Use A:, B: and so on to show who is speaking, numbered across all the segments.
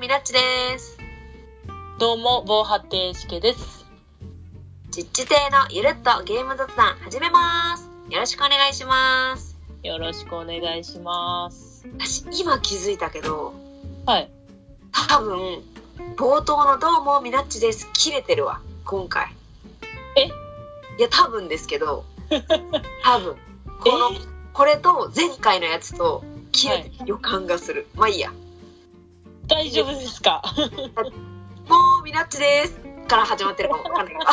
A: みなっちです。
B: どうも、防波堤しけです。
A: 実地亭のゆるっとゲーム雑談始めます。よろしくお願いします。
B: よろしくお願いします。
A: 私、今気づいたけど、
B: はい。
A: 多分、冒頭のどうもみなっちです。切れてるわ、今回。
B: え
A: いや、多分ですけど、多分、この、これと前回のやつと、切れてる予感がする。まあいいや。
B: 大丈夫ですか
A: もうみなっちですから始まってるかもわかんないけど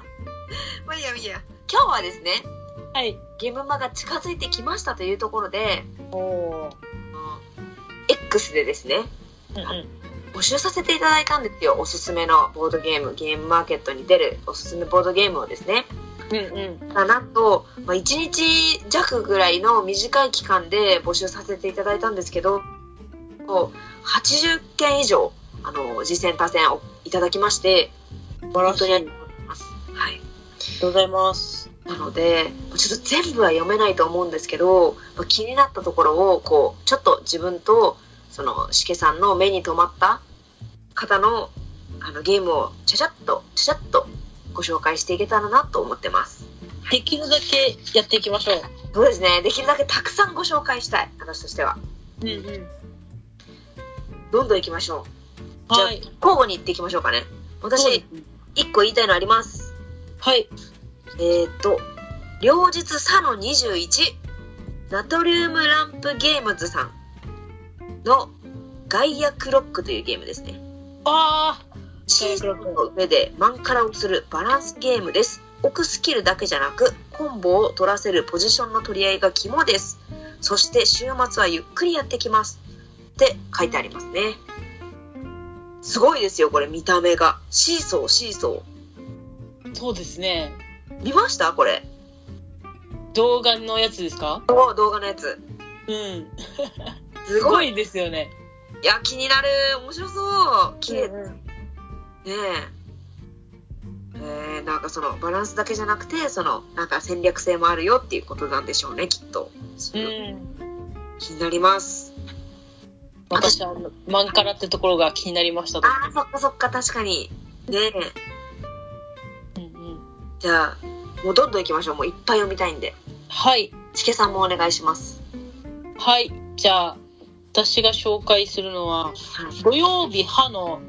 A: まあいいやいいや今日はですね
B: はい。
A: ゲームマが近づいてきましたというところで
B: おお。
A: X でですね
B: うんうん。
A: 募集させていただいたんですよおすすめのボードゲームゲームマーケットに出るおすすめボードゲームをですね
B: うんうん。
A: まあなんと、まあ、1日弱ぐらいの短い期間で募集させていただいたんですけど80件以上あの実践他戦をいただきまして本当にありがとうございます。はい
B: りがとうございます。
A: なのでちょっと全部は読めないと思うんですけどまあ気になったところをこうちょっと自分とそのしけさんの目に留まった方のあのゲームをちゃちゃっとちゃちゃっとご紹介していけたらなと思ってます
B: できるだけやっていきましょ
A: そうですねできるだけたくさんご紹介したい私としては
B: う。うんうん。
A: どんどんいきましょう
B: はい。
A: 交互にいっていきましょうかね
B: そう
A: 私
B: ですね
A: 一個言いたいのあります
B: はい。
A: えー、っと両日差の21ナトリウムランプゲームズさんのガイアクロックというゲームですね
B: あ
A: シーズンの上でマンカラをするバランスゲームです置くスキルだけじゃなくコンボを取らせるポジションの取り合いが肝ですそして週末はゆっくりやってきますって書いてありますねすごいですよこれ見た目がシーソーシーソ
B: あ。そうですね。
A: ー見ましたこれ
B: 動画のやつですか
A: おー動画のやつ
B: うん。
A: す
B: す
A: ごい
B: ごいですよね。
A: いや、気になる。面白そう。綺麗ねえ。えー、なんかそのバランスだけじゃなくて、そのなんか戦略性もあるよっていうことなんでしょうね、きっと。そうの
B: ん。
A: 気になります。
B: 私は、あのマンカラってところが気になりましたと。
A: あー、そっかそっか、確かに。ねえ。
B: うんうん。
A: じゃあ、もうどんどん行きましょう。もういっぱい読みたいんで。
B: はい。
A: しけさんもお願いします。
B: はい。じゃあ、私が紹介するのは、
A: はい。
B: 土曜日派の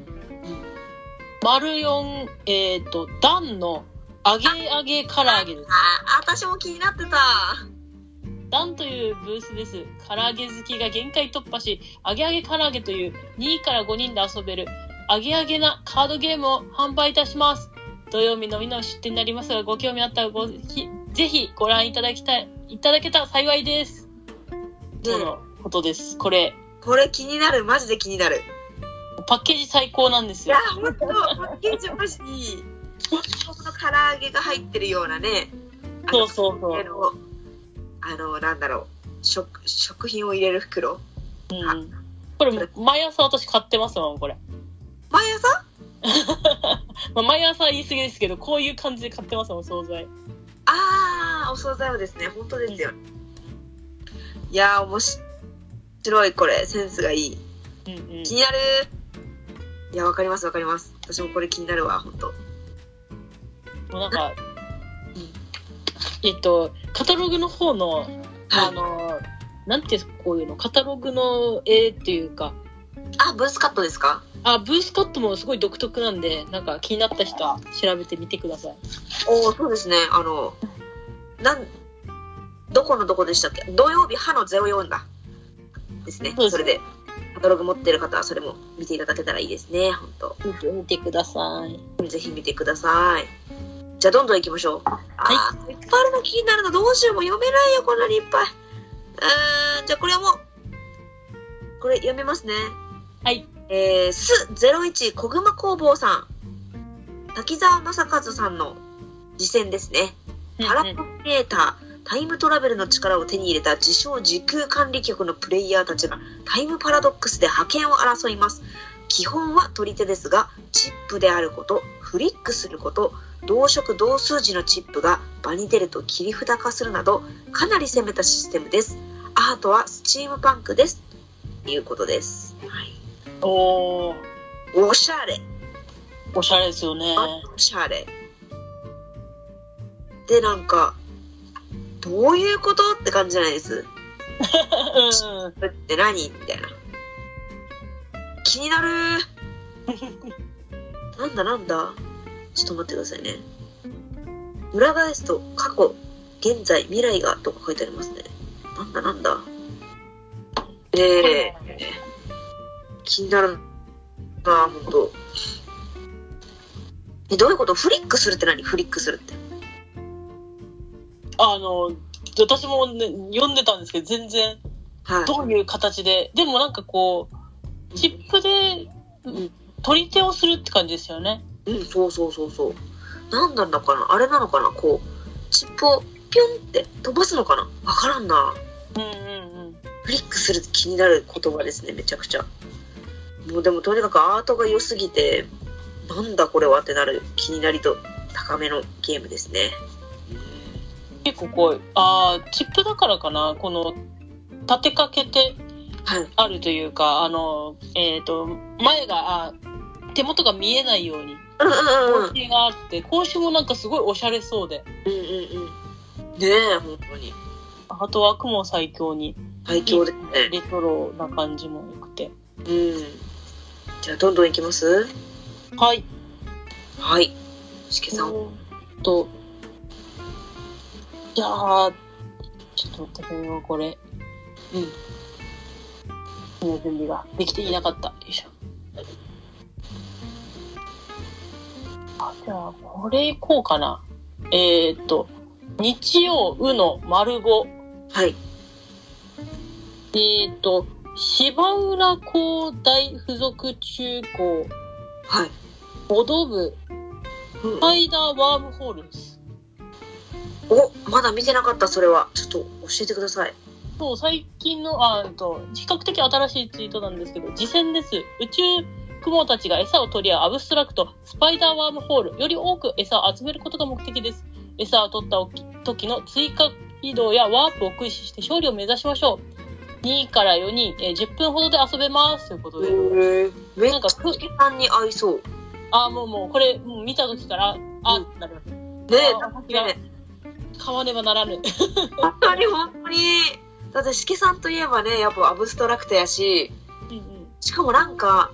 B: 丸四えっ、と段の揚げ揚げ唐揚げです
A: あー、私も気になってた。
B: 段というブースです唐揚げ好きが限界突破し揚げ揚げ唐揚げという2から5人で遊べる揚げ揚げなカードゲームを販売いたします土曜日のみの出店になりますがご興味あったらごひぜひご覧いただきたいいただけたら幸いですと
A: ね
B: のことですこれ
A: え、これ気になる。マジで気になる。
B: パッケージ最高なんです
A: い
B: よ
A: や、ほんと、パッケージマジいい。本当の唐揚げが入ってるようなね。あ
B: そ
A: の
B: うそうそう、
A: あの、あのなんだろう食、食品を入れる袋
B: うん、これもう毎朝私買ってますもんこれ
A: 毎朝
B: まあ、毎朝言い過ぎですけどこういう感じで買ってますもん惣菜
A: ああ、お惣菜をですね、本当ですよ。いやー、おもし白い、これ、センスがいい。
B: うんうん
A: 気になるいや、わかります、わかります。私もこれ気になるわ、本当。
B: もうなんか
A: うん
B: えっとカタログの方のあ
A: あ
B: のなんていうんですかこういうのカタログの絵っていうか
A: あ、ブースカットですか
B: あブースカットもすごい独特なんでなんか気になった人は調べてみてください
A: おお、そうですね、あの、なん、どこのどこでしたっけ土曜日、歯の04だ。ですね、
B: そう
A: それ
B: です
A: で、カタログ持ってる方は、それも見ていただけたらいいですね、本当。
B: 見てみてください
A: ぜひ見てください。じゃあどんどん行きましょう。あー、い、っぱいあるの気になるのどうしようも読めないよこんなにいっぱい。うーんじゃあこれはもうこれ読みますね。
B: はい
A: えー、す01小熊工房さん滝沢正和さんの実践ですね。
B: うん
A: パラポンメーター、タイムトラベルの力を手に入れた自称時空管理局のプレイヤーたちがタイムパラドックスで覇権を争います。基本は取り手ですが、チップであること、フリックすること、同色同数字のチップが場に出ると切り札化するなど、かなり攻めたシステムです。アートはスチームパンクです。ということです。はい。
B: うんおー、
A: おしゃれ
B: おしゃれですよね。
A: おしゃれでなんかどういうことって感じじゃないです
B: うん。
A: それって何みたいな気になるなんだなんだちょっと待ってくださいね裏返すと過去現在未来がとか書いてありますねなんだなんだえー、気になるなあ本当えどういうことフリックするって何フリックするって
B: あの、私も、ね、読んでたんですけど、全然、
A: はい
B: どういう形で、でもなんかこう、チップで
A: うん
B: 取り手をするって感じですよね。
A: うんそうそうそうそう何なんだかなあれなのかなこうチップをピョンって飛ばすのかなわからんな
B: うんうんうん。
A: フリックするって気になる言葉ですねめちゃくちゃもうでもとにかくアートが良すぎてなんだこれはってなる気になりと高めのゲームですね
B: 結構こう、ああ、チップだからかな、この、立てかけて
A: はい
B: あるというか、あの、えっ、と、前が、あー手元が見えないように、
A: うんうんうん
B: 格子があって、格子もなんかすごいおしゃれそうで、
A: うんうんうんねえ本当に
B: あとは雲最強に、
A: 最強ですね
B: レトロな感じも良くて。
A: うん。じゃあ、どんどんいきます
B: はい。
A: はい。しけさん。
B: えーっと、いやー、ちょっと待って、これはこれ。うん。もう準備ができていなかった。よいしょ。あ、じゃあ、これいこうかな。えーっと、日曜、うの、丸五。
A: はい。
B: えーっと、芝浦工大附属中高、
A: はい。
B: ボド部、
A: うん
B: スパイダーワームホールです。
A: お、まだ見てなかった、それは。ちょっと教えてください。
B: そう、最近の、あ、えっと、比較的新しいツイートなんですけど、次戦です。宇宙雲たちが餌を取り合うアブストラクト、スパイダーワームホール、より多く餌を集めることが目的です。餌を取った時の追加移動やワープを駆使して勝利を目指しましょう。2から4人、えー10分ほどで遊べます。ということで。
A: え。めっ
B: な
A: ち
B: んか
A: ゃ、しけさんに合いそう。
B: あー、もうもう、これ、もう見た時から、あーってなります。
A: ね
B: あー
A: え、だってね。
B: 買わねばならぬ。
A: 本当に本当に。だって、しけさんといえばね、やっぱアブストラクトやし、
B: うん
A: しかもなんか、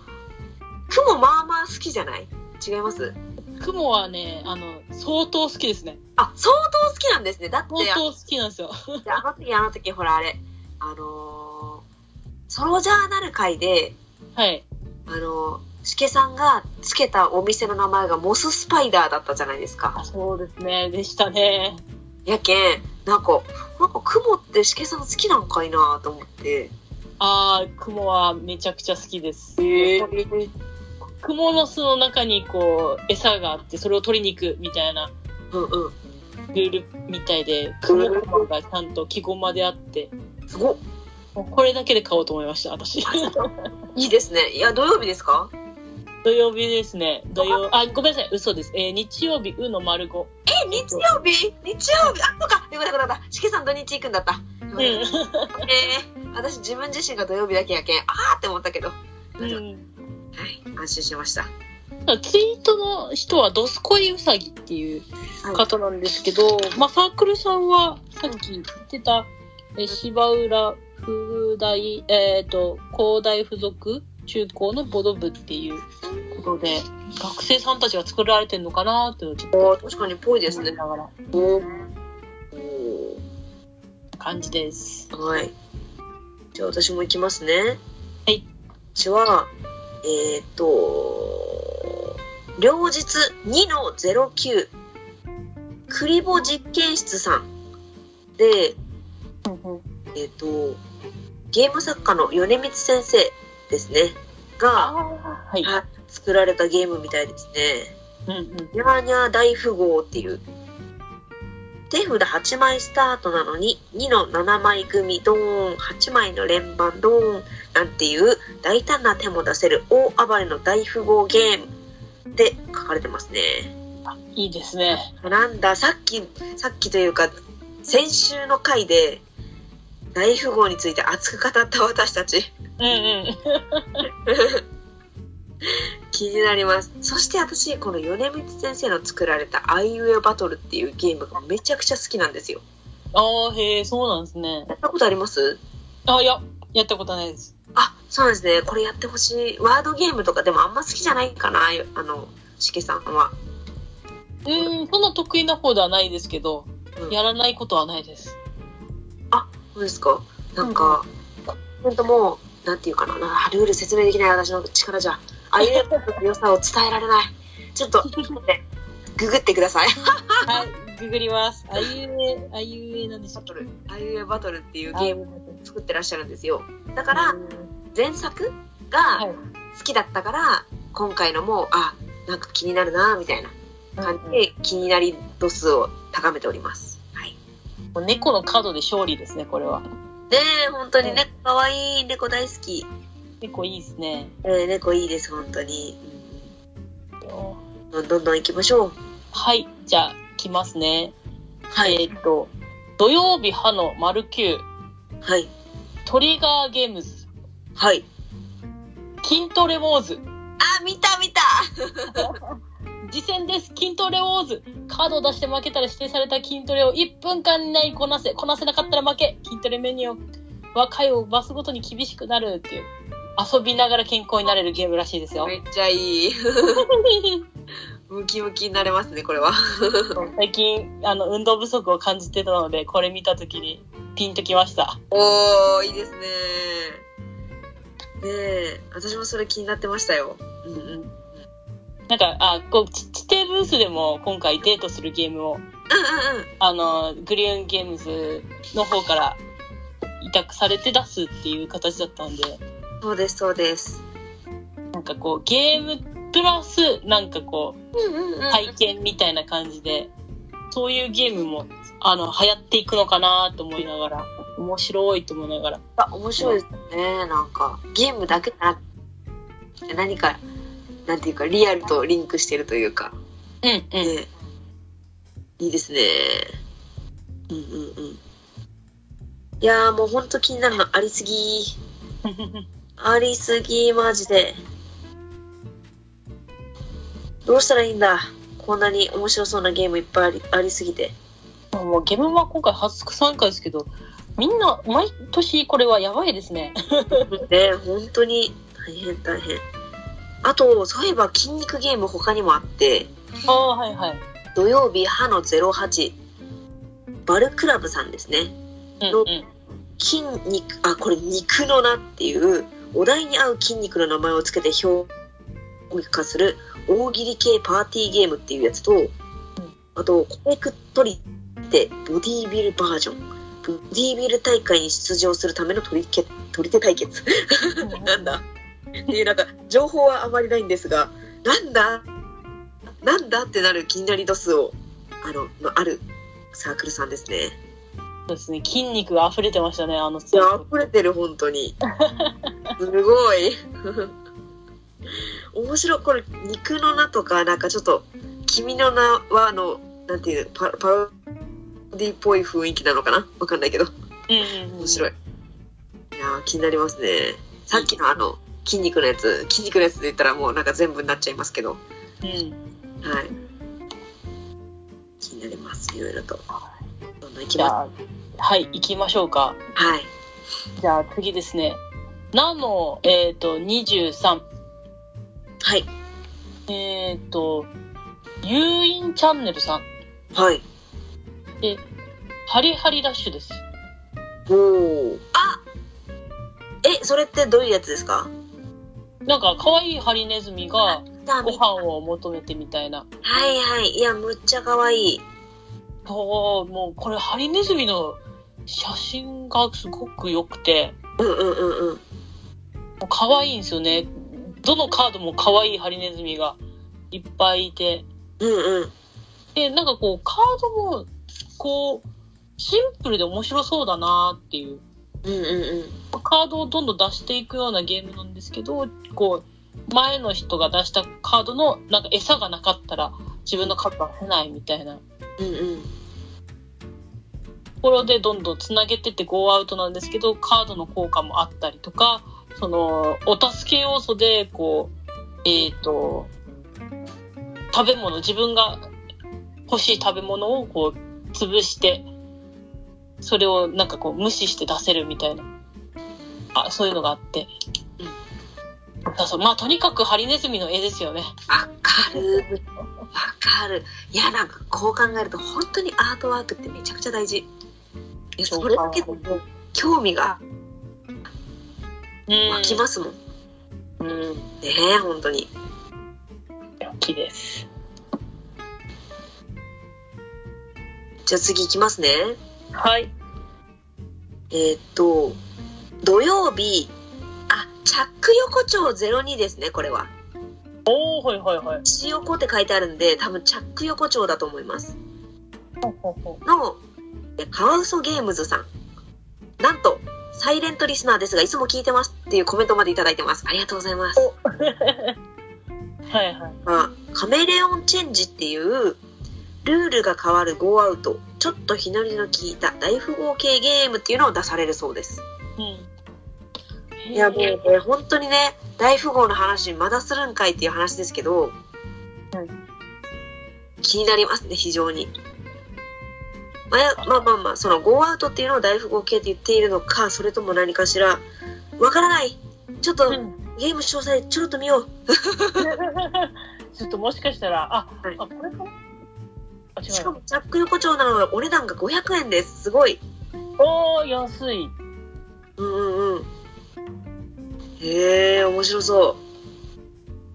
A: 雲まあまあ好きじゃない違います
B: うん雲はね、あの、相当好きですね。
A: あ、相当好きなんですね。だって、
B: 相当好きなんですよ。
A: であの時あの時ほらあれあのーソロジャーナル会で
B: はい。
A: あのーしけさんがつけたお店の名前がモススパイダーだったじゃないですか
B: あそうですね、でしたね。
A: やけんなんかなんか雲ってしけさん好きなんかいなと思って
B: ああ、雲はめちゃくちゃ好きです。
A: ー、
B: 雲の巣の中にこう、餌があって、それを取りに行くみたいな
A: うんうん
B: ルールみたいで、雲がちゃんと木駒であって、
A: すごっ
B: もうこれだけで買おうと思いました、私。
A: いいですねいや土曜日ですか
B: 土曜日ですね。土曜、あ、ごめんなさい、嘘です。えー日曜日、うの丸五。
A: え日曜日日曜日あそうかよかったよかったしけさん土日行くんだった、
B: う
A: えー私自分自身が土曜日だけやけんあーって思ったけど、
B: ん。う
A: はい
B: ん。
A: 安心しました
B: ツイートの人は、ドスコイウサギっていう方なんですけど、まあ、サークルさんはさっき言ってた、えー芝浦風大、えっ、と、高大附属中高のボド部っていうことで、学生さんたちが作られてるのかなとちょっと
A: あー確かにぽいです
B: 思い
A: ね。
B: ながら感じです。
A: はい。じゃあ私も行きますね。
B: はい。
A: 私は、えーっと、両日2の09、クリボ実験室さんで、えーっと、ゲーム作家の米光先生ですね、が
B: はい。
A: あ作られたゲームみたいですね。
B: うんうん。
A: ニャーニャー大富豪っていう。手札8枚スタートなのに、2の7枚組ドーン、8枚の連番ドーン、なんていう大胆な手も出せる大暴れの大富豪ゲームって書かれてますね。
B: いいですね。
A: なんだ、さっき、さっきというか、先週の回で、大富豪について熱く語った私たち。
B: うんうん。
A: 気になりますそして私この米光先生の作られた「アイウェアバトル」っていうゲームがめちゃくちゃ好きなんですよ
B: ああ、へえ、そうなんですね。
A: やったことあります
B: あいや、やったことないです。
A: あそうなんですねこれやってほしいワードゲームとかでもあんま好きじゃないかなあのしけさんは
B: うーん、そんな得意な方ではないですけど、
A: うん
B: やらないことはないです。
A: そうですかなんか本当もうなんていうかななルール説明できない私の力じゃアイウェアバトルの良さを伝えられないちょっとググってください
B: はい、ググります。あいうえ、あいうえなんでしょ
A: バ
B: う
A: トルアイウェアバトルっていう
B: あ
A: ゲームを作ってらっしゃるんですよだか
B: から
A: 前作
B: は
A: が
B: い
A: 好きだったから、今回のもあなんか気になるなみたいな感じで気になり度数を高めております。はい、
B: もう猫の角で勝利ですね、これは。
A: ねえ本当に
B: に
A: ね
B: ね
A: 可愛い猫大好き、
B: 猫いいですね。
A: えー猫いいです本当に、
B: は
A: うんどんどんどん行きましょう。
B: い、じゃあ、来ますね。
A: は
B: えーっと、土曜日歯の丸九
A: はい
B: トリガーゲームズ、
A: はい
B: 筋トレウォーズ、
A: あ見た見た
B: 次戦です筋トレウォーズカードを出して負けたら指定された筋トレを1分間以内にこなせこなせなかったら負け筋トレメニューは回を増すごとに厳しくなるっていう遊びながら健康になれるゲームらしいですよ
A: めっちゃい いムキムキになれますねこれは。
B: 最近あの運動不足を感じてたのでこれ見た時にピンときました
A: おーいいですねねえ私もそれ気になってましたよ。うんうん
B: なんかあこうち地底ブースでも今回デートするゲームを
A: うんうんうん
B: あのグリーンゲームズの方から委託されて出すっていう形だったんで
A: そうですそうです。
B: なんかこうゲームプラスなんかこ
A: うんうんうん。
B: う体験みたいな感じで、そういうゲームもあの流行っていくのかなと思いながら面白いと思いながら
A: あ面白いですねなんかゲームだけじゃなくて何かなんていうかリアルとリンクしてるというか、
B: うん
A: ね
B: うん
A: いいですねうんうんうんいやーもうほんと気になるのありす ぎありすぎマジでどうしたらいいんだこんなに面白そうなゲームいっぱいありありすぎて
B: もうゲームは今回初参加ですけどみんな毎年これはやばいですね
A: ね本当に大変大変あとそういえば筋肉ゲーム他にもあって
B: ああはいはい
A: 土曜日歯の08バルクラブさんですね
B: うんうん
A: 筋肉あこれ肉の名っていうお題に合う筋肉の名前をつけて表現化する大喜利系パーティーゲームっていうやつとあとコネクトリってボディービルバージョンボディービル大会に出場するための取りけ取り手対決なんだねなんか情報はあまりないんですがなんだなんだってなる気になり度数をあの、まあるサークルさんですね
B: そうですね筋肉が溢れてましたねあの
A: いや溢れてる本当にすごい面白いこれ「肉の名」とかなんかちょっと「君の名は」あのなんていうのパパロディっぽい雰囲気なのかなわかんないけど
B: うんうん
A: 面白いいやー気になりますねさっきのあの筋肉のやつ筋肉のやつで言ったらもうなんか全部になっちゃいますけど
B: い、うん、
A: はい気になりますいろいろとどんどんいき
B: じ
A: ます
B: ゃあはい行きましょうか
A: はい
B: じゃあ次ですね。ナノ、えっ、と、23。
A: はい
B: えっ、と、誘引チャンネルさん。
A: はい
B: ハリハリラッシュです。
A: おおあえそれってどういうやつですか
B: なんか、可愛いハリネズミが
A: ダ
B: ご
A: メ
B: 飯を求めてみたいな。
A: はいはいいやむっちゃ可愛い
B: おーもうこれハリネズミの写真がすごく良くて、
A: うんうんうんうん
B: もう可愛いんですよね。どのカードも可愛いハリネズミがいっぱいいて。
A: うんうん
B: で、なんかこう、カードも、こう、シンプルで面白そうだなっていう。
A: うんうん
B: カードをどんどん出していくようなゲームなんですけどこう前の人が出したカードのなんか餌がなかったら自分のカードは出せないみたいなと
A: うんうんうん
B: ころでどんどんつなげてってゴーアウトなんですけどカードの効果もあったりとかそのお助け要素でこうえっ、と、食べ物、自分が欲しい食べ物をこう、潰して、それをなんかこう、無視して出せるみたいな。あ、そういうのがあって。うん。そうそう。まあ、とにかくハリネズミの絵ですよね。
A: わかる。わかる。いや、なんかこう考えると、本当にアートワークってめちゃくちゃ大事。いやそれだけでもう興味が
B: うん。
A: 湧きますもんね
B: うん。
A: え、本当に。
B: 好きです。
A: じゃあ次行きますね。
B: はい。
A: えーっと、土曜日、あ、チャック横丁02ですね、これは。
B: おおはいはいはい。
A: 血横って書いてあるんで、多分チャック横丁だと思います。
B: ほうほうほ
A: の、えカワウソゲームズさん。なんと、サイレントリスナーですが、いつも聞いてますっていうコメントまでいただいてます。ありがとうございます。
B: うはいはい。
A: まあ、カメレオンチェンジっていう、ルールが変わるゴーアウト、ちょっと日のりの効いた大富豪系ゲームっていうのを出されるそうです。
B: うん。
A: いやもう、ね、本当にね大富豪の話まだするんかいっていう話ですけど、気になりますね非常に、まあ、やまあまあまあそのゴーアウトっていうのを大富豪系って言っているのかそれとも何かしらわからないちょっと、
B: うん。
A: ゲーム詳細ちょろっと見よう
B: ちょっともしかしたら、あ、
A: はい
B: あ、これかなあ、違
A: しか
B: う。
A: もジャック横丁なのがお値段が500円ですすごい
B: おー、安い。
A: うんうんうんへえ面白そ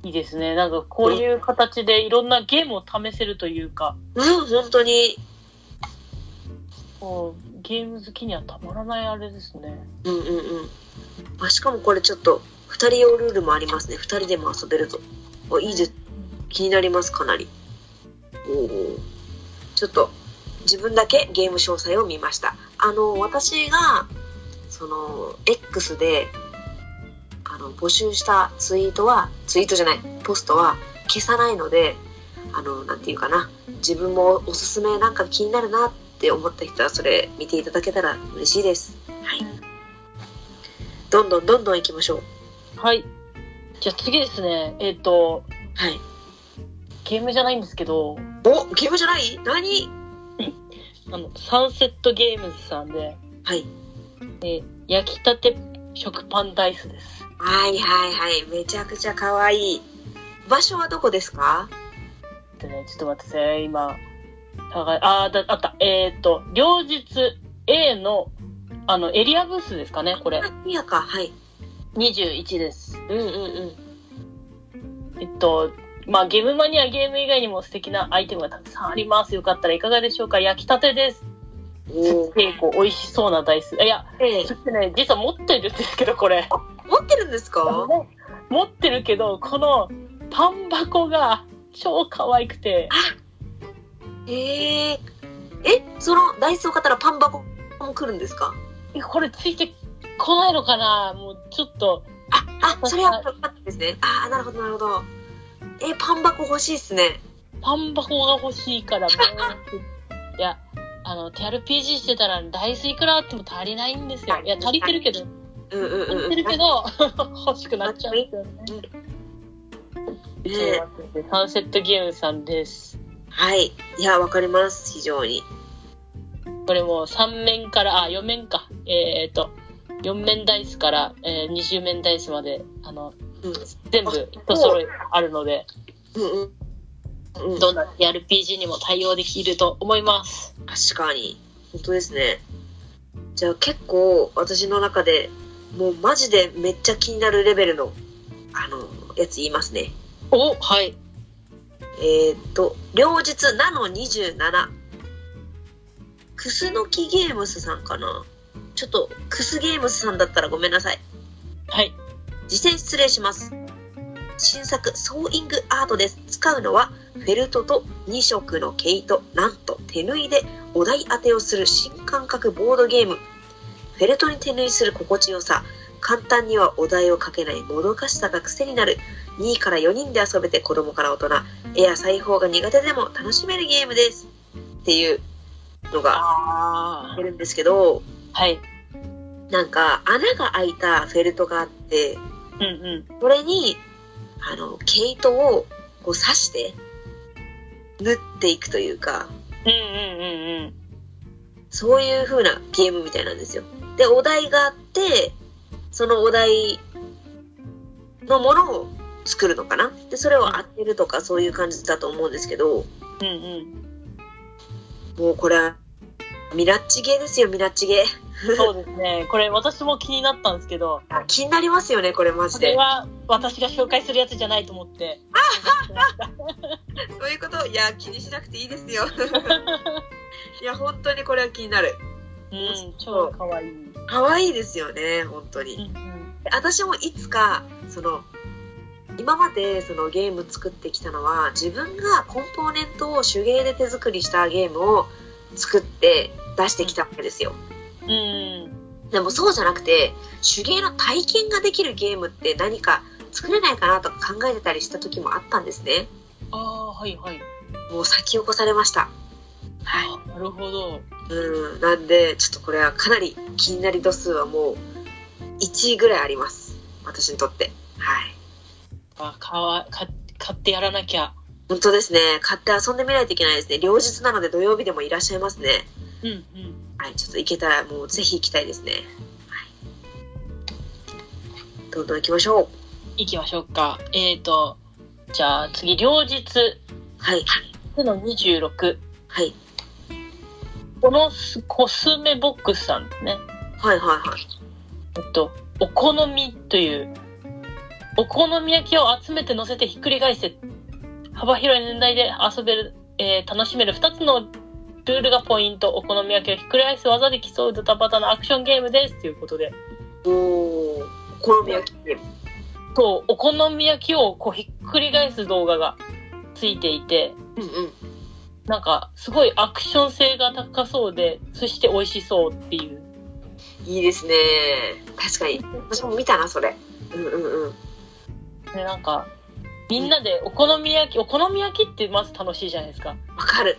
A: う
B: いいですね。なんかこういう形でいろんなゲームを試せるというか、
A: うん本当に
B: こうゲーム好きにはたまらないあれですね。
A: うんうんうん。あしかもこれちょっと、二人用ルールもありますね。二人でも遊べると。あ、いいです。気になります、かなり。おお。ちょっと、自分だけゲーム詳細を見ました。あの、私が、その、X で、あの、募集したツイートは、ツイートじゃない、ポストは消さないので、あの、なんていうかな、自分もおすすめなんか気になるなって思った人は、それ見ていただけたら嬉しいです。はい。どんどんどんどん行きましょう。
B: はい。じゃあ次ですね。えっ、と、
A: はい。
B: ゲームじゃないんですけど、
A: おゲームじゃない何
B: あの、サンセットゲームズさんで、
A: はい。
B: 焼きたて食パンダイスです。
A: はいはいはい。めちゃくちゃ可愛い。場所はどこですか
B: でね、ちょっと待ってください、今。互い、あーだ、あった。えっ、と、両日 A の、あの、エリアブースですかね、これ。
A: いやか。はい。
B: 21です。
A: うんうんうん。
B: えっと、まあ、ゲームマニアゲーム以外にも素敵なアイテムがたくさんあります。よかったらいかがでしょうか焼きたてです。
A: おー
B: 結構美味しそうなダイス。いや、
A: ええ
B: ちょっとね、実は持ってるんですけど、これ。
A: 持ってるんですか
B: 持ってるけど、このパン箱が超可愛くて。
A: えええ、そのダイスを買ったらパン箱も来るんですか
B: えこれついてこないのかなもうちょっと。
A: あ、あ、それは分かったですね。ああ、なるほどなるほど。え、パン箱欲しいっすね。
B: パン箱が欲しいからもういやあの手 RPG してたらダイスいくらあっても足りないんですよいや足りてるけど
A: うんうん
B: 足
A: うん
B: り
A: うん。
B: てるけど 欲しくなっちゃうんですよね
A: え
B: というわけでサンセットゲームさんです
A: はい。いや、わかります。非常に。
B: これも3面からあ4面かえっ、と4面ダイスから、えー、20面ダイスまであの
A: うん
B: 全部一揃いあるので
A: うんうん。うん、
B: どんな RPG にも対応できると思います
A: 確かに。本当ですね。じゃあ結構私の中でもうマジでめっちゃ気になるレベルの、あの、やつ言いますね。
B: おはい
A: えーっと、両日7-27。クスノキゲームスさんかなちょっと、クスゲームスさんだったらごめんなさい。
B: はい
A: 次戦失礼します新作ソーイングアートです使うのはフェルトと2色の毛糸なんと手縫いでお題当てをする新感覚ボードゲームフェルトに手縫いする心地よさ簡単にはお題をかけないもどかしさが癖になる2位から4人で遊べて子供から大人絵や裁縫が苦手でも楽しめるゲームですっていうのが
B: あ
A: 出るんですけど
B: はい
A: なんか穴が開いたフェルトがあって
B: うんうん
A: これに、あの毛糸をこう刺して縫っていくというか
B: うんうんうん
A: そういう風なゲームみたいなんですよ。でお題があってそのお題のものを作るのかなでそれを当てるとかそういう感じだと思うんですけど
B: うんうん
A: もうこれはミラッチゲーですよミラッチゲー
B: うんそうですねこれ私も気になったんですけど
A: あ気になりますよねこれマジ
B: これ
A: で
B: は私が紹介するやつじゃないと思って
A: そういうこといや気にしなくていいです よいや本当にこれは気になる
B: うん超かわいい、うん
A: 可愛いですよね本当に
B: うん、
A: 私もいつかその今までそのゲーム作ってきたのは自分がコンポーネントを手芸で手作りしたゲームを作って出してきたわけですよ
B: うん
A: でもそうじゃなくて手芸の体験ができるゲームって何か作れないかなとか考えてたりした時もあったんですね
B: ああはいはい
A: もう先を越されましたはい
B: あなるほど
A: うんなんでちょっとこれはかなり気になり度数はもう1位ぐらいあります私にとってはい
B: あかわか買ってやらなきゃ
A: 本当ですね。買って遊んでみないといけないですね。両日なので土曜日でもいらっしゃいますね。
B: うんうん
A: はい、ちょっと行けたらもうぜひ行きたいですね。はい。どんどん行きましょう。
B: 行きましょうかえーとじゃあ次両日
A: はい。
B: 9の26
A: はい。
B: このスコスメボックスさんですね
A: はいはいはい。
B: えっと、お好みという、お好み焼きを集めて乗せてひっくり返せ。幅広い年代で遊べる、えー楽しめる2つのルールがポイント。お好み焼きをひっくり返す技で競うドタバタのアクションゲームです。ということで。
A: おおー。お好み焼きゲーム。
B: と、お好み焼きをこうひっくり返す動画がついていて、
A: うんうん。
B: なんかすごいアクション性が高そうで、そして美味しそうっていう。
A: いいですね。確かに。私も見たな、それ。うんうんうん。
B: でなんか、みんなでお好み焼き、お好み焼きってまず楽しいじゃないですか。
A: わかる。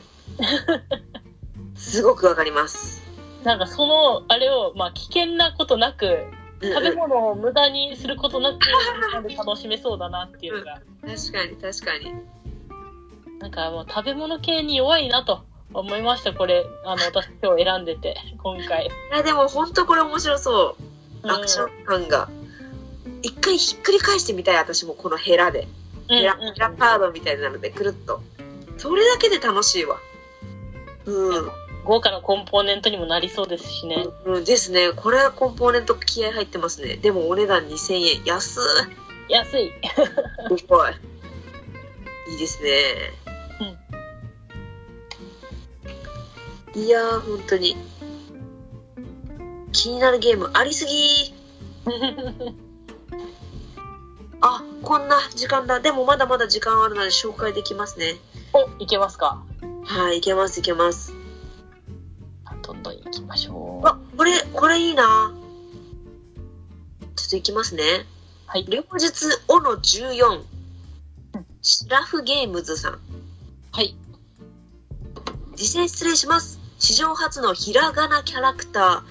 A: すごくわかります。
B: なんかそのあれを、まあ、危険なことなく
A: うんうん
B: 食べ物を無駄にすることなくみんなで楽しめそうだなっていうのが
A: 確かに確かに。
B: なんかもう食べ物系に弱いなと思いましたこれあの私今日選んでて今回、
A: いやでも本当これ面白そう。
B: うん、
A: アクション感が。一回ひっくり返してみたい、私もこのヘラで。
B: うん
A: ヘラヘラカードみたいなので、くるっと。それだけで楽しいわ。うん。
B: 豪華なコンポーネントにもなりそうですしね
A: うん、ですね。これはコンポーネント気合入ってますね。でもお値段2000円。安い。
B: 安い
A: すごい。いいですね。いやー、本当に。気になるゲームありすぎー。あ、こんな時間だ。でもまだまだ時間あるので紹介できますね。
B: おいけますか
A: はい、いけます、いけます。
B: どんどんいきましょう
A: あ、これ、これいいな。ちょっといきますね。
B: はい
A: 両日、おの14。シラフゲームズさん。
B: はい
A: 実践失礼します。史上初のひらがなキャラクタ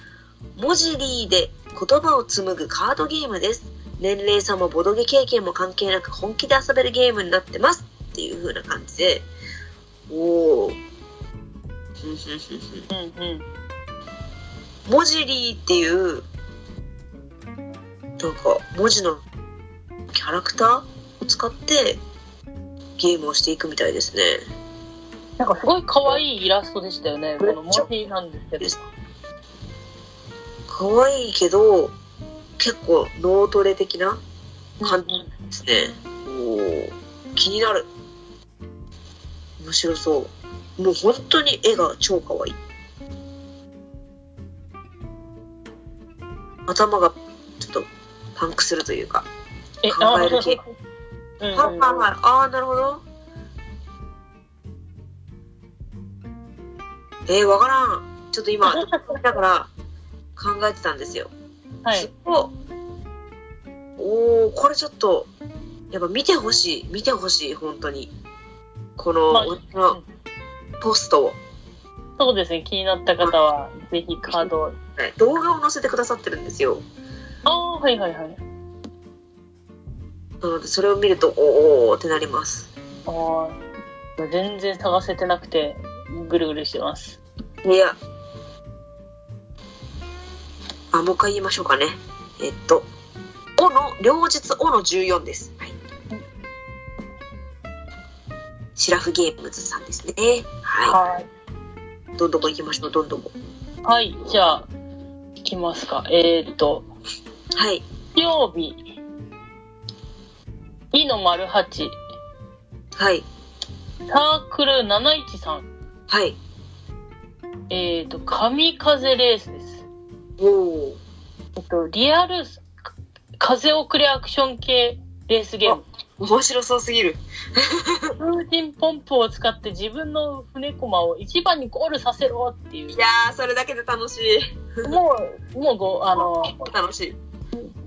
A: ー、文字リーで言葉を紡ぐカードゲームです。年齢差もボドゲ経験も関係なく本気で遊べるゲームになってます。っていう風な感じで。おー。ふんふんふんふん
B: うんうん
A: 文字リーっていうなんか文字のキャラクターを使ってゲームをしていくみたいですね
B: なんかすごい可愛いイラストでしたよねこの文字なんですけど
A: 可愛いけど結構脳トレ的な感じですねおー気になる面白そうもう本当に絵が超可愛い頭がちょっとパンクするというか
B: え
A: 考える系
B: あーうん
A: は
B: う
A: い
B: ん
A: はいはい。ああ、なるほど。えー、わからん。ちょっと 今、だから考えてたんですよ。
B: はい。
A: おおーこれちょっと、やっぱ見てほしい。見てほしい、本当に。この、
B: まあ
A: 私のポストを、
B: そうですね、気になった方は、ぜひカードを。
A: はい動画を載せてくださってるんですよ。
B: ああ、はいはいはい。
A: なのでそれを見るとおーおーってなります
B: ああ、全然探せてなくて、ぐるぐるしてます。
A: いやあもう一回言いましょうかねえっと「お」の両日「お」の14ですはいシラフゲームズさんですねは
B: はい。
A: いどんどこ行きましょうどんどこ
B: はい、じゃあ、いきますか。えーっと、
A: はい
B: 日曜日、いの丸八、
A: はい
B: サークル713、
A: はい
B: えーっと、神風レースです。
A: おお
B: えっと、リアルす、風遅れアクション系レースゲーム。
A: 面白そうすぎる
B: 風神ポンプを使って自分の船駒を一番にゴールさせろっていう
A: い。やーそれだけで楽しい
B: もう、もうご、あの、
A: 楽しい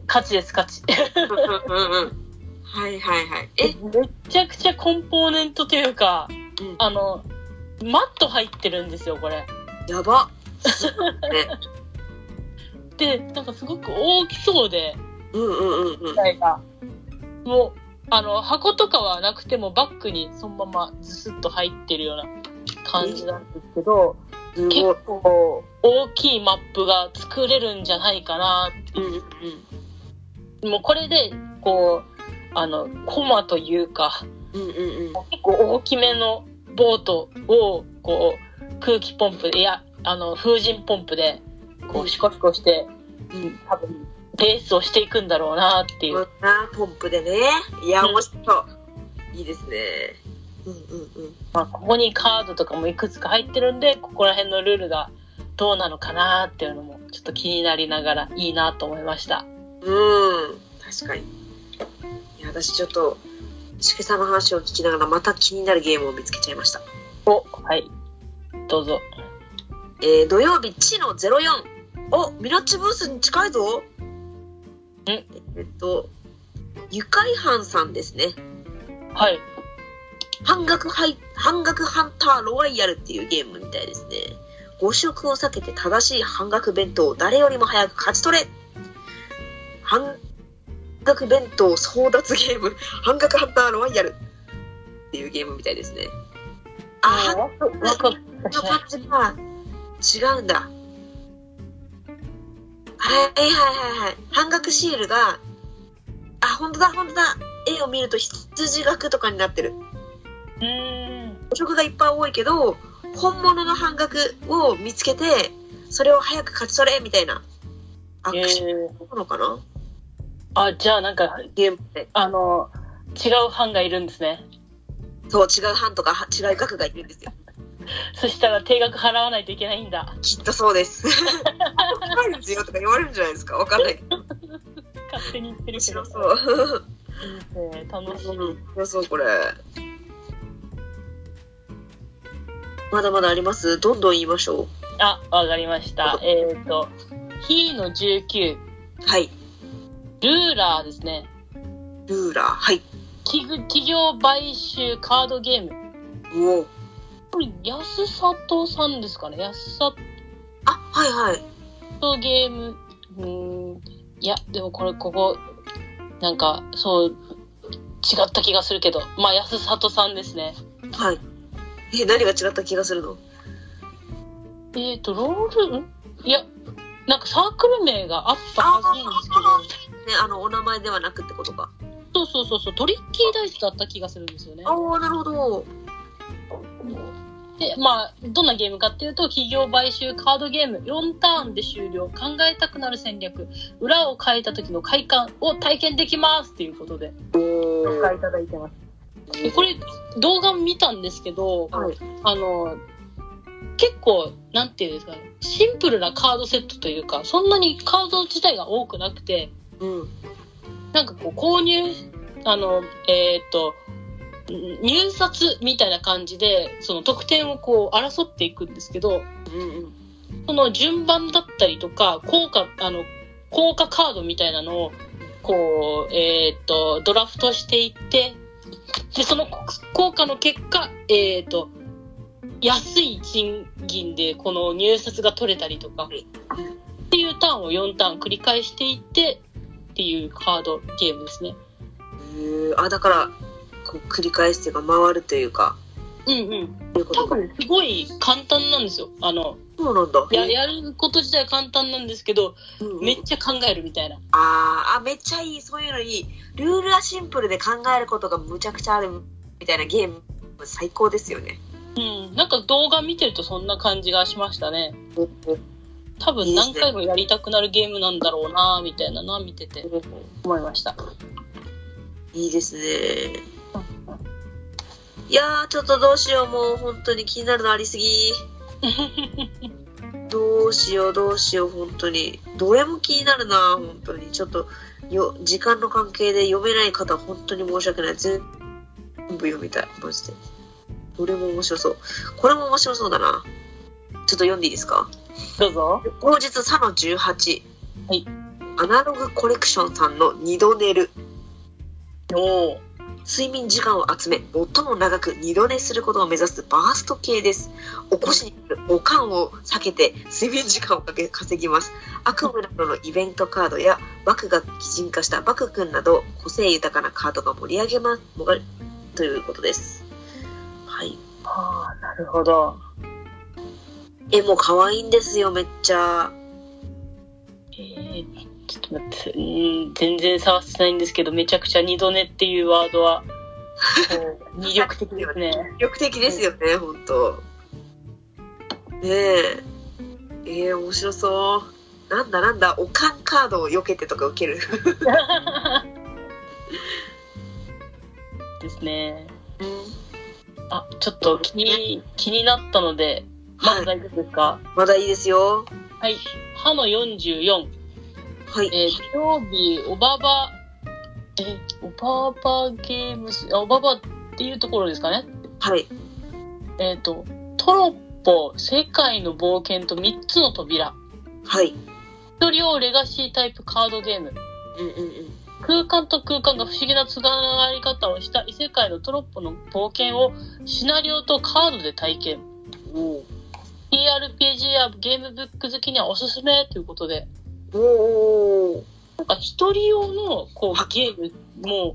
B: 勝ちです、勝ち。
A: うんうんうんはいはいはいえ
B: めちゃくちゃコンポーネントというか、
A: うん
B: あの、マット入ってるんですよ、これ。
A: やば
B: で、なんかすごく大きそうで、
A: うんうんうんうん
B: 台が。もう、あの、箱とかはなくてもバッグにそのままずすっと入ってるような感じなんですけど、
A: すごい
B: 結構大きいマップが作れるんじゃないかなっ
A: うんうん
B: て。もうこれで、こう、あの、コマというか、
A: うんうんうん
B: 結構大きめのボートをこう空気ポンプでいやあの風神ポンプでこ
A: うん
B: うシコシコして
A: うん
B: 多分レースをしていくんだろうなってい
A: こ
B: うん
A: なポンプでねいや
B: うん
A: 面白そういいですねうんうんうん
B: まあ、ここにカードとかもいくつか入ってるんでここら辺のルールがどうなのかなっていうのもちょっと気になりながらいいなと思いました
A: うん確かにいや私ちょっとしけさんの話を聞きながらまた気になるゲームを見つけちゃいました
B: おはいどうぞ
A: えー、土曜日、地の04。お、ミラッチブースに近いぞ。
B: ん
A: えっと、ゆかいはんさんですね。
B: はい
A: 半額ハイ、半額ハンターロワイヤルっていうゲームみたいですね。誤食を避けて正しい半額弁当を誰よりも早く勝ち取れ半額弁当争奪ゲーム、半額ハンターロワイヤルっていうゲームみたいですね。あー、
B: ワクワクワク
A: の感じが違うんだ。はいはいはいはい。半額シールが、あ、本当だ本当だ。絵を見ると羊額とかになってる。
B: うーん
A: お食がいっぱい多いけど、本物の半額を見つけて、それを早く勝ち取れみたいな。ア
B: え
A: クション
B: ー、
A: なのかな、
B: あじゃあなんか
A: ゲームって。
B: あの違う班がいるんですね
A: そう、違う班とかは違う額がいるんですよ。
B: そしたら定額払わないといけないんだ。
A: きっとそうです。 高いですよとか言われるんじゃないですかわかんないけど。
B: 勝手に言って
A: 面
B: るけど。
A: 白そう。
B: えー楽しい。
A: うん、そうこれまだまだありますどんどん言いましょ
B: あ、わかりました。えっ、と、ひーの19、
A: うはい
B: ルーラーですね。
A: ルーラーはい
B: 企業企業買収カードゲーム。
A: おお
B: これ、安里さんですかね。安里
A: あはいはい
B: ゲーム。うーん。いや、でもこれ、ここ、なんか、そう、違った気がするけど。まあ、安里さんですね。
A: はいえ何が違った気がするの
B: えっ、と、ロール、んいや、なんかサークル名があったはずなんですけど。
A: ねあのお名前ではなくってことか
B: そうそうそうそう、トリッキーダイスだった気がするんですよね。
A: ああなるほど
B: で、まあ、どんなゲームかっていうと、企業買収カードゲーム、4ターンで終了、考えたくなる戦略、裏を変えた時の快感を体験できますっていうことで、
A: お
B: 紹
A: は
B: 介いただいてます。でこれ、動画見たんですけど、
A: い
B: あの、結構、なんていうんですかね、シンプルなカードセットというか、そんなにカード自体が多くなくて、
A: うん
B: なんかこう購入あのえーっとん入札みたいな感じでその得点をこう争っていくんですけど
A: うんうん
B: その順番だったりとか効果あの効果カードみたいなのをこう、えーっとドラフトしていってでその効果の結果、えーっと安い賃金でこの入札が取れたりとかっていうターンを4ターン繰り返していってっていうカードゲームですね。
A: へへえあだからこう繰り返すというか回るというか
B: うんうん。
A: というこ
B: 多
A: とか
B: 分、すごい簡単なんですよ。あの、
A: そうなんだ
B: や、やること自体簡単なんですけど、
A: うんうん
B: めっちゃ考えるみたいな。
A: あーあめっちゃいいそういうのいいルールはシンプルで考えることがむちゃくちゃあるみたいなゲーム最高ですよね
B: うん。なんか動画見てるとそんな感じがしましたね。多分何回もやりたくなるゲームなんだろうなみたいなな、見てて思いました。
A: いいですねいやーちょっとどうしようもう本当に気になるのありすぎ どうしようどうしよう本当にどれも気になるな本当にちょっとよ時間の関係で読めない方本当に申し訳ない全部読みたいマジでどれも面白そうこれも面白そうだなちょっと読んでいいですか
B: どうぞ。
A: 後日佐野18、
B: はい、
A: アナログコレクションさんの二度寝る
B: おー
A: 睡眠時間を集め最も長く二度寝することを目指すバースト系です起こしに来るおかんを避けて睡眠時間をかけ稼ぎます悪夢などのイベントカードやバクが擬人化したバク君など個性豊かなカードが盛り上げますもがということですはい
B: ああ、なるほど。
A: 絵も可愛いんですよめっちゃ
B: えー、ちょっと待って、うん全然触ってないんですけど、めちゃくちゃ二度寝っていうワードは、こう魅力的ですね。
A: 魅力的ですよね、本当。ねえ。えー、面白そう。なんだなんだ、おかんカードを避けてとか受ける。
B: ですね。あ、ちょっと気に、気になったので、ま
A: は
B: ず
A: い、
B: 大丈夫ですか
A: まだいいですよ。
B: はい。歯の44。
A: はい。
B: えー、今日日、おばば、え、おばばゲームス、あ、おばばっていうところですかね。
A: はい。
B: えっ、と、トロッポ、世界の冒険と3つの扉。
A: はい。
B: 一人用レガシータイプカードゲーム。
A: うんうんうん。
B: 空間と空間が不思議なつながり方をした異世界のトロッポの冒険をシナリオとカードで体験。
A: おー
B: TRPG やゲームブック好きにはおすすめということで。
A: おー。
B: なんか一人用のこうゲームも
A: うんうんうん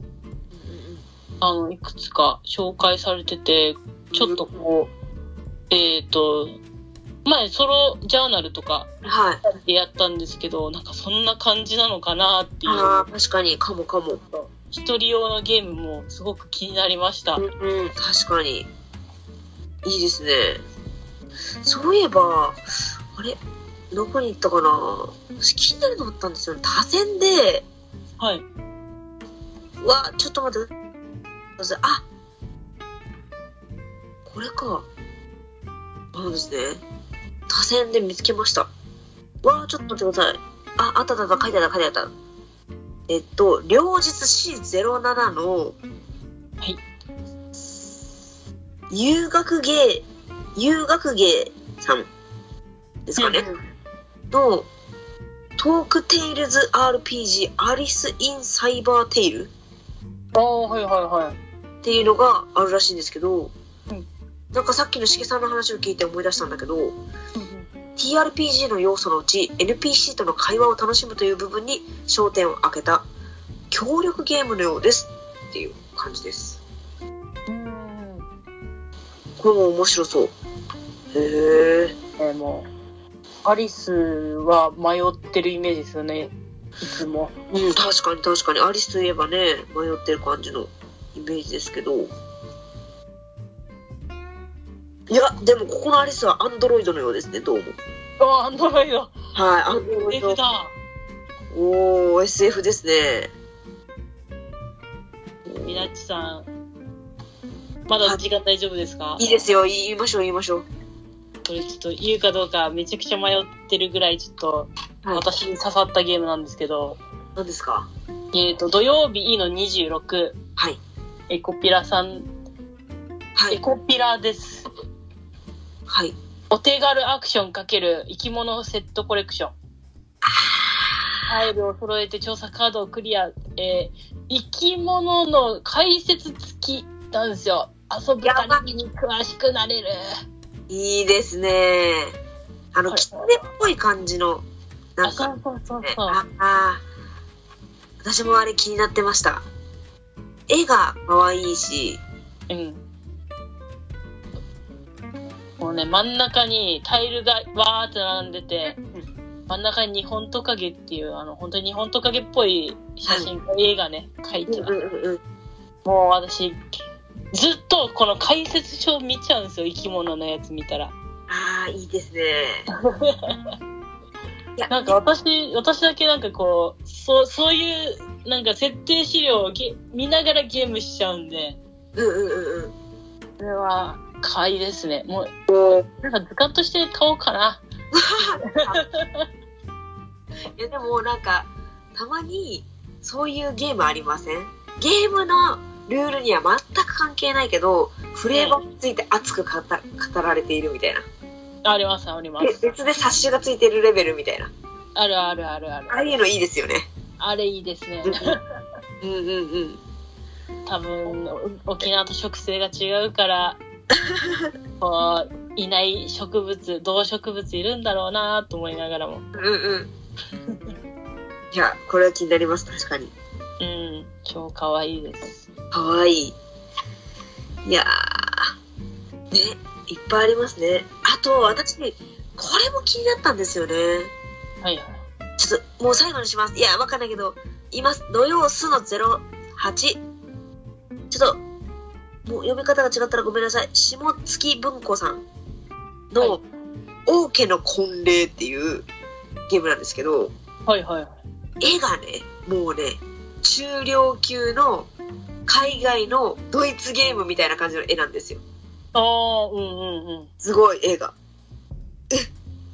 B: あのいくつか紹介されてて、ちょっとこう、えっ、と、前ソロジャーナルとか
A: はい。
B: でやったんですけど、なんかそんな感じなのかなっていう。
A: ああ、確かに、かもかも。
B: 一人用のゲームもすごく気になりました。
A: うんうん、確かに。いいですね。そういえば、あれどこに行ったかな私気になるのあったんですよね。多選で、
B: はい。
A: うわちょっと待ってあこれかあのですね多選で見つけましたわあちょっと待ってくださいああったあったあった書いてあった書いてあったえっと両日 C07 の
B: はい
A: 遊学芸遊学芸さんですかね、のトークテイルズ RPG アリス・イン・サイバー・テイル
B: ああ、はいはいはい。
A: っていうのがあるらしいんですけど、
B: うん
A: なんかさっきのしげさんの話を聞いて思い出したんだけど TRPG の要素のうち NPC との会話を楽しむという部分に焦点を当てた協力ゲームのようですっていう感じです
B: うん。
A: これも面白そうへえ
B: えーもう、アリスは迷ってるイメージですよね。いつも。
A: うん確かに確かにアリスといえばね迷ってる感じのイメージですけどいやでもここのアリスはアンドロイドのようですねどうも
B: ああ、アンドロイ ド。
A: はいアンドロイド
B: F だ。
A: おお SF ですね
B: みなっちさん。まだ時間大丈夫ですか
A: いいですよ言いましょう言いましょう
B: これちょっと言うかどうかめちゃくちゃ迷ってるぐらいちょっと
A: はい
B: 私に刺さったゲームなんですけど、
A: 何ですか
B: えっ、と、土曜日の26、
A: はい
B: エコピラさん、
A: は
B: エ
A: い
B: コピラです。
A: はい
B: お手軽アクション×生き物セットコレクション。タイルを揃えて調査カードをクリア。えー生き物の解説付きなんですよ。遊ぶために詳しくなれる。
A: いいですねあの
B: はい
A: キツネっぽい感じのな
B: あ、
A: ん
B: そ
A: か
B: うそうそう
A: ね
B: そう。
A: ああー私もあれ気になってました絵が可愛いし、
B: うん。もうね、真ん中にタイルがわーって並んでて、真ん中に日本トカゲっていう、あの、本当に日本トカゲっぽい写真、絵がね、描いて
A: うん
B: ある。
A: うんうん、
B: もう私、ずっとこの解説書を見ちゃうんですよ、生き物のやつ見たら。
A: ああいいですね。 いや
B: なんか私、私だけなんかこう、そう、そういう、なんか設定資料をゲ見ながらゲームしちゃうんで、
A: うんうんうんうん。
B: これは、買いですね。もう、なんか図鑑として買おうかな。
A: いやでもなんかたまにそういうゲームありませんゲームのルールには全く関係ないけどフレーバーについて熱く語語られているみたいな
B: あります、ありま。
A: です別で冊子がついてるレベルみたいな
B: あるあるあるある。
A: ああいうのいいですよね
B: あれいいですね
A: う。んうんうん
B: 多分、沖縄と植生が違うから、こう、いない植物、動植物いるんだろうなと思いながらも。
A: うんうんうんいやこれは気になります確かに
B: うん、超可愛いです。
A: かわいいいやーねいっぱいありますねあと私ねこれも気になったんですよね
B: はいはい。
A: ちょっともう最後にします。いや、わかんないけど、います。土曜すの08。ちょっと、もう読み方が違ったらごめんなさい。下月文庫さん
B: は
A: の
B: い、
A: 王家の婚礼っていうゲームなんですけど、
B: はいはいはい。
A: 絵がね、もうね、中量級の海外のドイツゲームみたいな感じの絵なんですよ。
B: ああ、うんうんうん。
A: すごい絵が。えっっ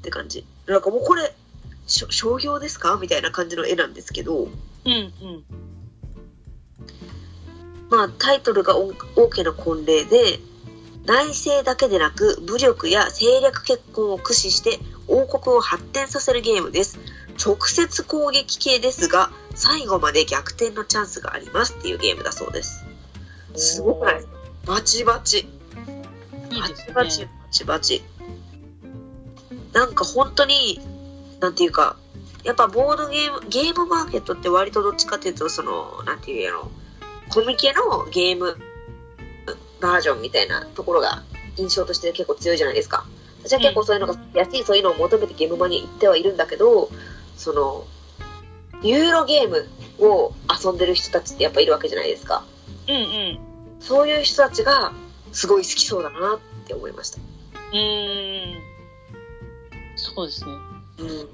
A: て感じ。なんかもうこれ、しょ商業ですかみたいな感じの絵なんですけど、
B: うんうん。
A: まあ、タイトルが王王家の婚礼で内政だけでなく武力や政略結婚を駆使して王国を発展させるゲームです直接攻撃系ですが最後まで逆転のチャンスがありますっていうゲームだそうですすごくないバチバチ
B: いい
A: バ
B: で
A: チバ
B: す
A: チ
B: ね
A: バ。チバチなんか本当になんていうかやっぱボードゲームゲームマーケットって割とどっちかっていうとそのなんていうのコミケのゲームバージョンみたいなところが印象として結構強いじゃないですか私は結構そういうのが安いそういうのを求めてゲームマに行ってはいるんだけどそのユーロゲームを遊んでる人たちってやっぱいるわけじゃないですか
B: うんうん。
A: そういう人たちがすごい好きそうだなって思いました
B: うーん。そうですね。
A: うん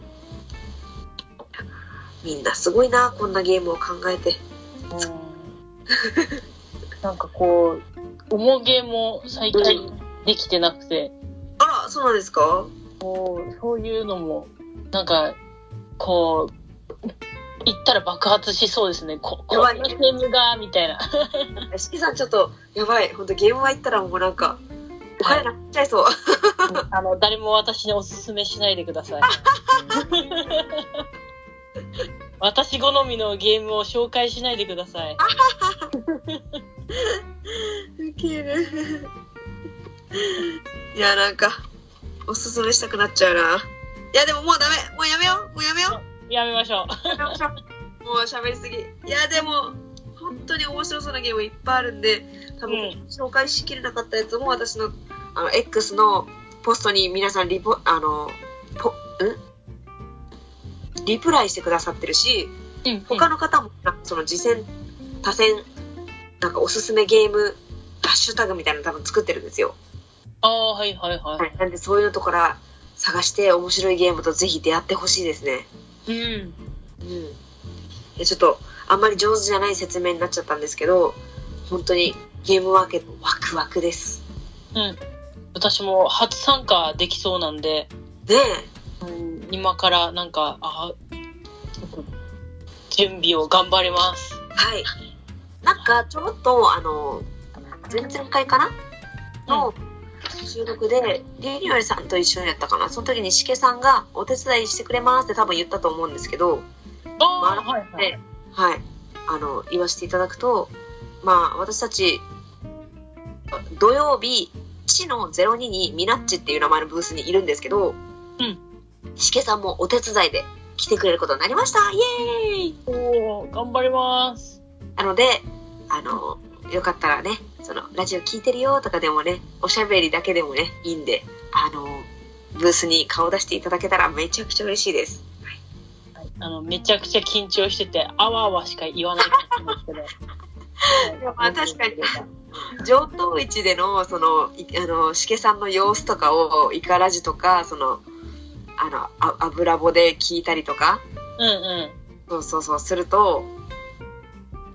A: みんなすごいなこんなゲームを考えて
B: うんなんかこう、重げも最近できてなくて、
A: あらそうなんですか
B: こう、そういうのも、なんか、こう、言ったら爆発しそうですね。こ、こ
A: やばい
B: んなゲームが、みたいな。
A: しきさんちょっとやばい本当ゲームは行ったらもうなんかお金なくなっちゃいそう
B: あの、誰も私におすすめしないでくだ さい。私好みのゲームを紹介しないでください。
A: ウケるいやなんかおすすめしたくなっちゃうないやでももうダメもうやめようもうやめよ
B: やめましょう。
A: うやめましょうもう喋りすぎいやでも本当に面白そうなゲームいっぱいあるんで多分、
B: うん
A: 紹介しきれなかったやつも私のあの X のポストに皆さんリポあのポんリプライしてくださってるし
B: うん
A: 他の方もその次戦多戦なんかおすすめゲームハッシュタグみたいなの多分作ってるんですよ、
B: ああ、はいはいは
A: はい、なんでそういうとこから探して面白いゲームとぜひ出会ってほしいですね
B: い。う
A: う
B: ん。
A: んいやちょっとあんまり上手じゃない説明になっちゃったんですけど本当にゲームマーケットワクワクです
B: うん。私も初参加できそうなん
A: ね
B: で、うん、今からなんか、あ準備を頑張ります。
A: えはいなんかちょろっとあの前々回かなの収録でリニューアルさんと一緒にやったかなその時にしけさんがお手伝いしてくれますって多分言ったと思うんですけど
B: ああ、はいはい。
A: ではいあの言わせていただくとまあ私たち土曜日地の02にミナッチっていう名前のブースにいるんですけど、
B: うん
A: しけさんもお手伝いで来てくれることになりましたイエーイ
B: おお、頑張ります。
A: なので、あのよかったらねそのラジオ聞いてるよとかでもねおしゃべりだけでもねいいんであのブースに顔出していただけたらめちゃくちゃ嬉しいです
B: あの、めちゃくちゃ緊張してて、あわあわしか言わないと思うんですけ
A: い
B: ど。
A: やまあ確かに上等市でのそのいあのしけさんの様子とかをイカラジとかそのあのあ油ぼで聞いたりとか
B: うんう
A: そう
B: ん。
A: そうそうすると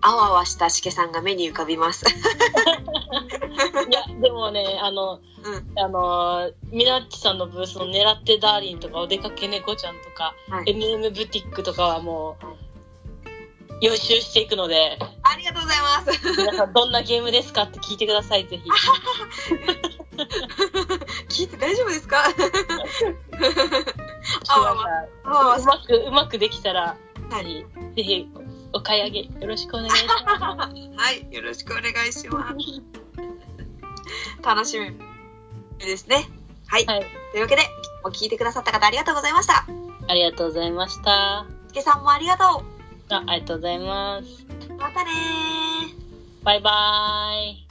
A: あわあわしたしけさんが目に浮かびます。
B: いや、でもね、あの、
A: う
B: あの、ミラッチさんのブースの狙ってダーリンとか、お出かけ猫ちゃんとか、
A: はい
B: MM ブティックとかはもう、予習していく ので、
A: ありがとうございます。
B: 皆さんどんなゲームですかって聞いてください、ぜひ。
A: 聞いて大丈夫ですか？
B: あわあわ
A: あわあわ
B: うまく、うまくできたら、
A: は
B: ぜ
A: い、
B: ひ、ぜひ、お買い上げ、よろしくお願いしま。
A: はい、よろしくお願いしますす。楽しみですね。はい、
B: はい
A: というわけでお聞いてくださった方ありがとうございました。
B: ありがとうございました。
A: しけさんもありがと
B: あありがとうございます。
A: う。またねー。
B: バイバーイ。